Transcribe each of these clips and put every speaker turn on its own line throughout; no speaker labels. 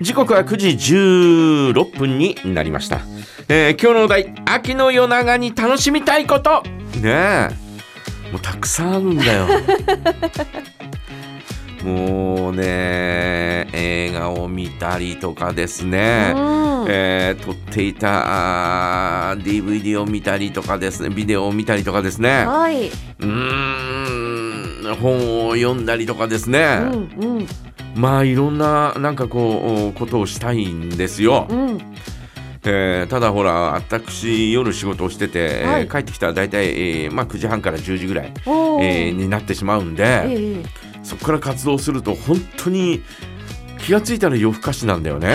時刻は9時16分になりました、えー今日のお題秋の夜長に楽しみたいことねえもうたくさんあるんだ よもうね映画を見たりとかですね、
うん
えー撮っていたあー DVD を見たりとかですねビデオを見たりとかですね
はい。
うーん本を読んだりとかですね、
うんうん
まあいろんななんかこうおことをしたいんですよ、
うん。
えーただほら私夜仕事をしてて、えー
はい
帰ってきたら大体、えーまあ、9時半から10時ぐらい、
おー
えーになってしまうんで、
ええ
そこから活動すると本当に気がついたら夜更かしなんだよね。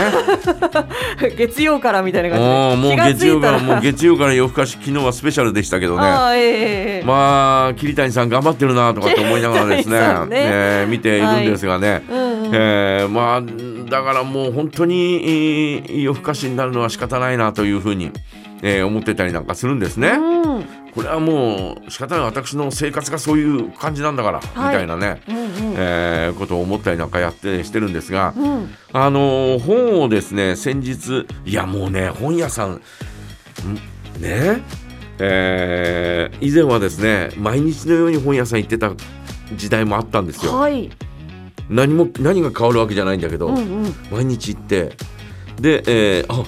月曜からみたいな
あー
感じ
もう月曜
で 気がつい
か
た
らもう月曜から夜更かし昨日はスペシャルでしたけどね。
あーええええ
まあ桐谷さん頑張ってるなとかって思いながらですね
桐谷さんね
えー見ているんですがね、
うんうん
えーまあだからもう本当にえー夜更かしになるのは仕方ないなというふうに、えー思ってたりなんかするんですね。
うん
これはもう仕方ない私の生活がそういう感じなんだから、
はい
みたいなね、
うんうん
えーことを思ったりなんかやってしてるんですが、
うん
あのー本をですね先日いやもうね本屋さんんねえー以前はですね毎日のように本屋さん行ってた時代もあったんですよ
はい
何も何が変わるわけじゃないんだけど、
うんうん
毎日行ってで、えーあ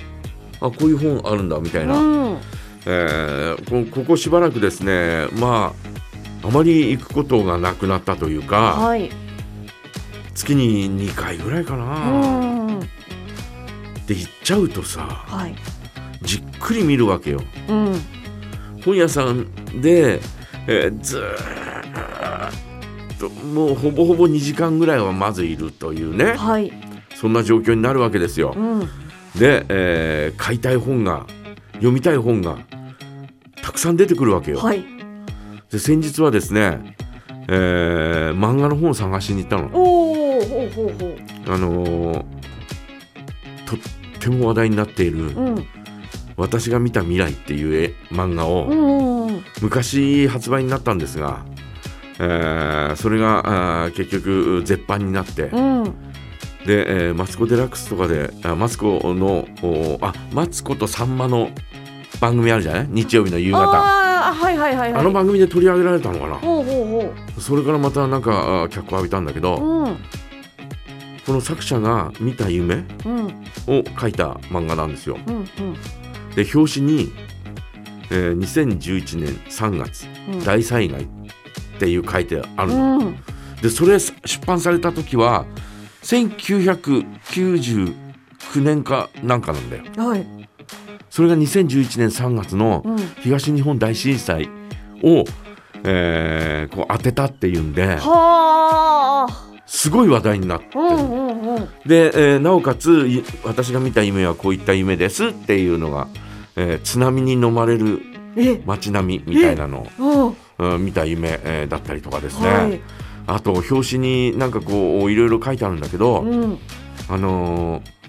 あこういう本あるんだみたいな、
うん
えーこここしばらくですねまああまり行くことがなくなったというか
はい
月に2回ぐらいか
う
な、っ
んうん
て行っちゃうとさ
はい
じっくり見るわけよ
うん
本屋さんで、えーずーっともうほぼほぼ2時間ぐらいはまずいるというね
はい
そんな状況になるわけですよ
うん
で、えー買いたい本が読みたい本がたくさん出てくるわけよ、
はい
で先日はですね、えー漫画の本を探しに行ったの
おおほうほうほう
あのーとっても話題になっている
うん
「私が見た未来」っていう絵漫画を、
うんうん
昔発売になったんですが、えーそれがあー結局絶版になって、
うん
で、えーマツコ・デラックスとかであマツコのおあマツコとサンマの番組あるじゃない日曜日の夕方あ
ああはいはいはいはい
の番組で取り上げられたのかな
ほうほうほ
それからまたなんかあ脚光浴びたんだけど、
う
この作者が見た夢
うんうん
を書いた漫画なんですよ
うんうん
で表紙に、えー2011年3月
うん
大災害っていう書いてあるの、
うん
でそれ出版された時は1999年かなんかなんだよ
はい
それが2011年3月の
うん
東日本大震災を、えーこう当てたっていうんで
はあ
すごい話題になってる
うんうんうん
で、えーなおかつい私が見た夢はこういった夢ですっていうのが、えー津波に飲まれる
え
街並みみたいなの
うん
を、うん見た夢、えーだったりとかですね、
はい
あと表紙になんかこういろいろ書いてあるんだけど、
うん
あのー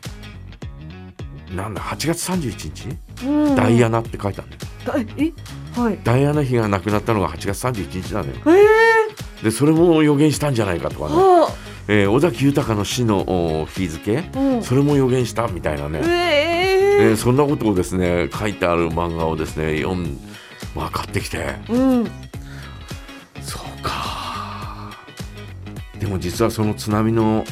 なんだ8月31日、
うん
ダイアナって書いてあるんだよ
だえはい
ダイアナ妃が亡くなったのが8月31日なのよ
えー、
でそれも予言したんじゃないかとかね、
は
えー尾崎豊の死のお日付
あ、うん、
それも予言したみたいなね、え
え
ーそんなことをですね書いてある漫画をですね読ん、まあ、買ってきて
ー、うん、
そうかでも実はその津波の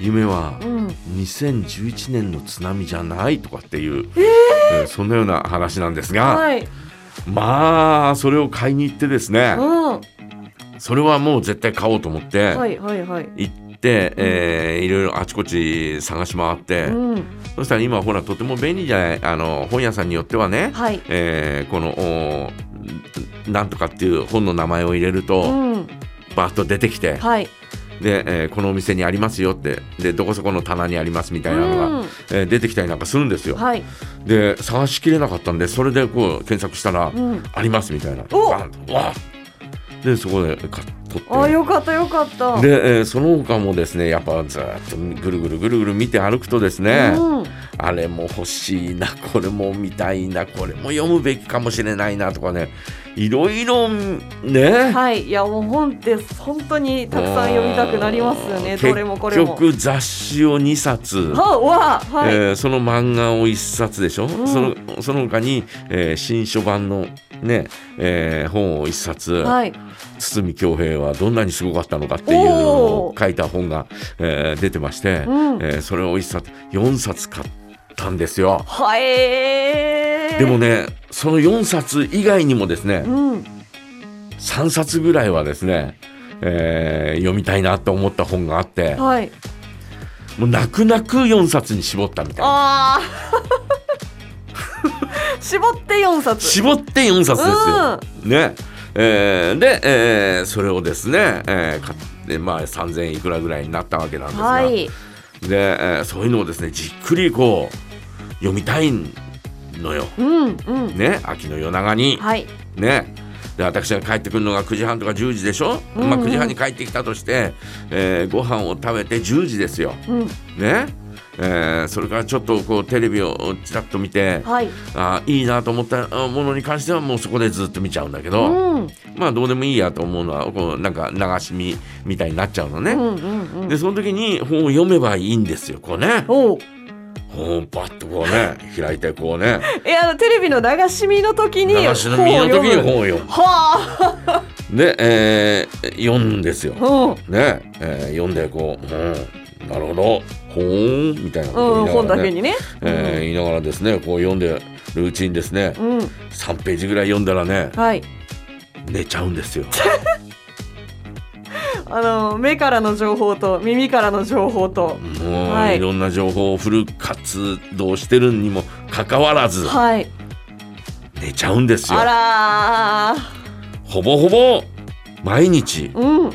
夢は
うん、
2011年の津波じゃないとかっていう、えーそんなような話なんですが、
はい、
まあそれを買いに行ってですね
うん、
それはもう絶対買おうと思って
はいはいはい、
行って、えーいろいろあちこち探し回って、
うん、
そしたら今ほらとても便利じゃないあの本屋さんによってはね、
はい、
えーこのおなんとかっていう本の名前を入れる
う
と
ん、
バーッと出てきて、
はい、
で、えーこのお店にありますよってでどこそこの棚にありますみたいなのが、
うん
えー出てきたりなんかするんですよ。
はい、
で探しきれなかったんでそれでこう検索したら、
うん、
ありますみたいな
お
バンとわあでそこで買っ取って
あ、よかったよかった、
で、えーその他もですねやっぱずーっとぐるぐるぐるぐる見て歩くとですね、
うん、
あれも欲しいなこれも見たいなこれも読むべきかもしれないなとかねいろいろね、
はい、いやもう本って本当にたくさん読みたくなりますよね。
結
どれもこれも。
局雑誌を2冊、
はわはい、
えーその漫画を1冊でしょ、
ん
そのその他に、えー新書版の、ねえー本を1冊、
はい。
堤恭平はどんなにすごかったのかっていうのを
おー
書いた本が、えー出てまして、
うん
えーそれを1冊4冊買ったんですよ。
はい。
でもねその4冊以外にもですね
うん。
3冊ぐらいはですね、えー読みたいなと思った本があって
はい。
もう泣く泣く4冊に絞ったみたいな
ああ。 絞って四冊。
絞って4冊ですよ。ねえーで、えーそれをですね、えー買ってまあ3,000いくらぐらいになったわけなんですが、
はい。
で、えーそういうのをですねじっくりこう読みたいのよ。
うんうん。
ね秋の夜長に。
はい。
ねで私が帰ってくるのが9時半とか10時でしょ、
うんうん
まあ、9時半に帰ってきたとして、えーご飯を食べて10時ですよ。
うん。
ねえーそれからちょっとこうテレビをちらっと見て
はい。
あーいいなと思ったあーものに関してはもうそこでずっと見ちゃうんだけ
う
ど、
ん。
まあどうでもいいやと思うのはこうなんか流し見みたいになっちゃうの
う
ね。
んうんう
で
ん。
その時に本を読めばいいんですよこうね。
おう
本をパッとこうね開いてこうね
いやあのテレビの流し見の時に
流しの見の時に本を読む。
は
で、えー読むんですよ。
あ。
ね、えー読んでこう、うん、なるほど、ほーんみたいな
う
こと
ん。
を
うん
言い
本
なが
だ
ら、
け
ね
にね。
えー言いながらですね、こう読んでるうちにですね、
うん。
3ページぐらい読んだらね、
はい。
寝ちゃうんですよ。
あの目からの情報と耳からの情報と。
もう、
はい
い、ろんな情報をフル活動してるにもかかわらず、
はい。
寝ちゃうんですよ
あ。らー。
ほぼほぼ毎日
うん。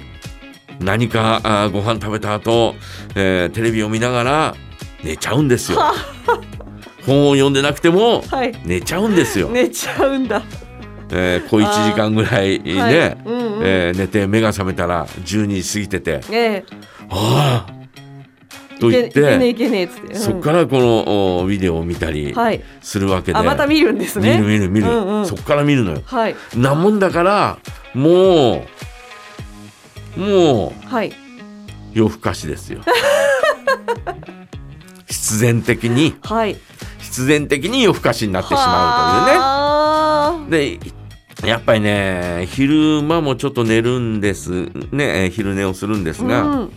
何かあーご飯食べた後、えーテレビを見ながら寝ちゃうんですよ。本を読んでなくても
はい。
寝ちゃうんですよ。
寝ちゃうんだ。
えー、小1時間ぐらいね、
はいうんうん
えー寝て目が覚めたら12時過ぎてて
ええ。
「ああ!」と
い
言っ
けいけねえ
て
いけねえっつって。うん
そっからこのおビデオを見たり
はい。
するわけで、
あまた見るんです
見
ね。
る見る見る、
うんうん
そっから見るのよ。
はい
なもんだからもうもう
はい。
夜更かしです よ。必然的に
はい。し
必然的に夜更かしになってしまうというね。
ま
でやっぱりね昼間もちょっと寝るんですねえー昼寝をするんですが、
うん。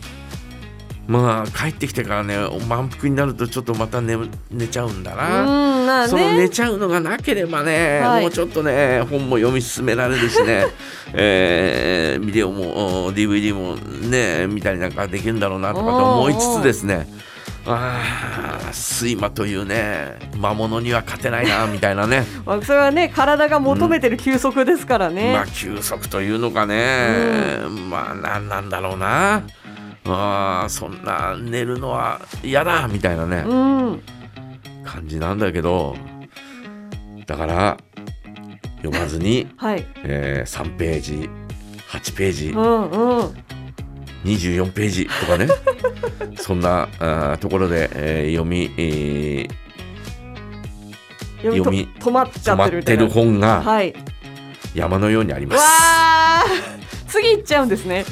まあ帰ってきてからね満腹になるとちょっとまた寝寝ちゃうんだ
う
な。
ん、まあ
その寝
ね。
ちゃうのがなければね、
はい
もうちょっとね本も読み進められるし ね、えービデオもお DVD もね見たりなんかできるんだろうなとかと思いつつですねああ睡魔というね魔物には勝てないなみたいなね
まあそれはね、体が求めてる休息ですから
ま
ね
あ。休息というのかね、まあなんなんだろうなあーそんな寝るのは嫌だみたいなね、
うん。
感じなんだけどだから読まずに、
はい。
えー3ページ8ページ
うんうん。
24ページとか ねそんなあーところで、えー読み、えー
と
読み
止まっちゃ
止ま
っ
って
るみた
て
いな
る本が
はい。
山のようにあり
わ
ます。
あ。次行っちゃうんですね。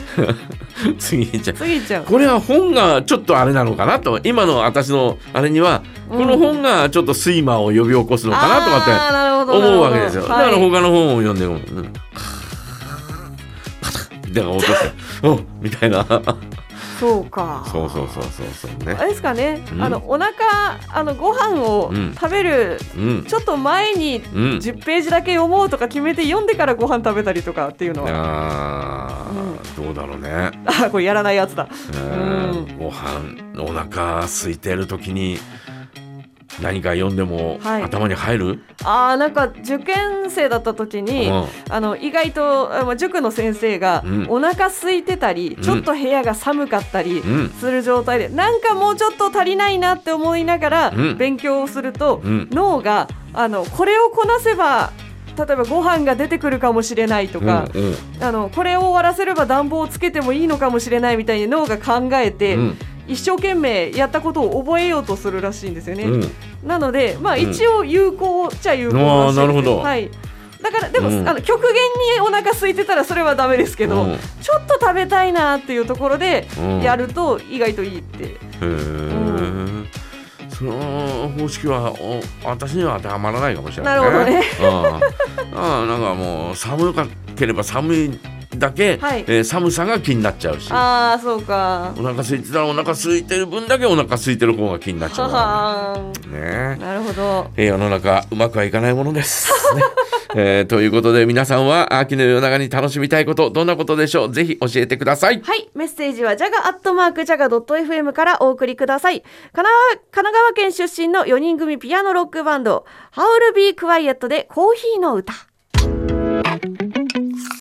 次にじゃあ
次行っちゃう。
これは本がちょっとあれなのかなと今の私のあれには、
うん
この本がちょっと睡魔を呼び起こすのかなとかっ
あーなるほ
て
どなる
思う
ほど
わけですよ、
はい
だから他の本を読んでも、うん、みたいな音して「おみたいな
そうか。
そうそうそうそうそう
あ
ね
れですかね、
うん
あのお腹あのご飯を
うん
食べる
うん
ちょっと前に
うん
10ページだけ読もうとか決めて読んでからご飯食べたりとかっていうのは
あーどうだろうね、
あこれやらないやつだ
えーご飯お腹空いてる時に何か読んでも
はい
頭に入る、
あーなんか受験生だった時に、
うん
あの意外とあまあ塾の先生が
うん
お腹空いてたり、
うん
ちょっと部屋が寒かったり
うん
する状態で、なんかもうちょっと足りないなって思いながら
うん
勉強をすると、
うん
脳があのこれをこなせば例えばご飯が出てくるかもしれないとか、
うん
あのこれを終わらせれば暖房をつけてもいいのかもしれないみたいに脳が考えて、
うん
一生懸命やったことを覚えようとするらしいんですよね。
うんうん
なので、まあ、
うん
一応有効っちゃ有効らしいです
あーなるほど
はい、だからでも、
うん
あの極限にお腹空いてたらそれはダメですけど、
うん
ちょっと食べたいなっていうところで
うん
やると意外といいって、
へーその方式はお私には当てはまらないかもしれない、ね、
な
う
る
んああなんかもう寒かければ寒いだけ、
はい
えー寒さが気になっちゃうし
ああそうか
お腹空いてたらお腹空いてる分だけお腹空いてる方が気になっちゃ
は
うか
は
らねね
なるほど
えー世の中うまくはいかないものです、 ねえーということで皆さんは秋の夜長に楽しみたいことどんなことでしょうぜひ教えてください
はい。メッセージは、ジャガアットマークジャガ .fm からお送りください。神奈川神奈川県出身の4人組ピアノロックバンド、ハウルビークワイエットでコーヒーの歌。